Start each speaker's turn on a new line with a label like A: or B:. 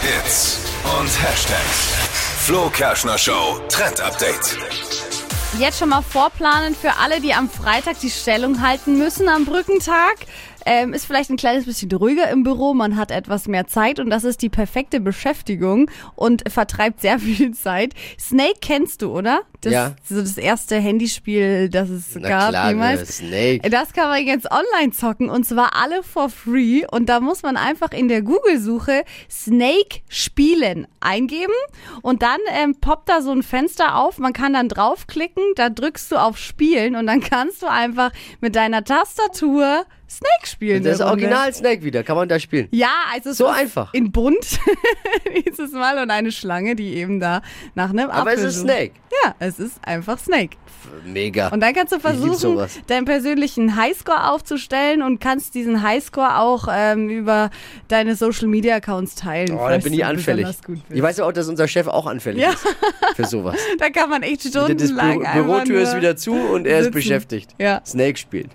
A: Hits und Hashtags. Flo Kerschner Show Trend Update.
B: Jetzt schon mal vorplanen für alle, die am Freitag die Stellung halten müssen am Brückentag. Ähm, ist vielleicht ein kleines bisschen ruhiger im Büro, man hat etwas mehr Zeit und das ist die perfekte Beschäftigung und vertreibt sehr viel Zeit. Snake kennst du, oder? Das
C: Ja.
B: so das erste Handyspiel, das es
C: Na
B: gab
C: klar,
B: jemals.
C: Snake.
B: Das kann man jetzt online zocken und zwar alle for free. Und da muss man einfach in der Google-Suche Snake spielen eingeben und dann ähm, poppt da so ein Fenster auf. Man kann dann draufklicken, da drückst du auf Spielen und dann kannst du einfach mit deiner Tastatur Snake spielen.
C: Das ist
B: eine Runde.
C: Original Snake wieder, kann man da spielen.
B: Ja, also es
C: So
B: ist
C: einfach.
B: In bunt dieses Mal und eine Schlange, die eben da nach einem
C: Aber es
B: Apfel
C: ist
B: sucht.
C: Snake.
B: Ja, es ist einfach Snake.
C: Mega.
B: Und dann kannst du
C: Ich lieb
B: versuchen,
C: sowas.
B: deinen persönlichen Highscore aufzustellen und kannst diesen Highscore auch ähm, über deine Social Media Accounts teilen.
C: Oh, da
B: falls
C: bin
B: du
C: ich anfällig.
B: besonders Gut bist.
C: Ich weiß ja auch, dass unser Chef auch anfällig
B: Ja.
C: ist für sowas.
B: da kann man echt
C: Das Bü
B: stundenlang einfach
C: Bürotür
B: nur
C: ist wieder zu und er ist
B: sitzen.
C: beschäftigt.
B: Ja.
C: Snake spielt.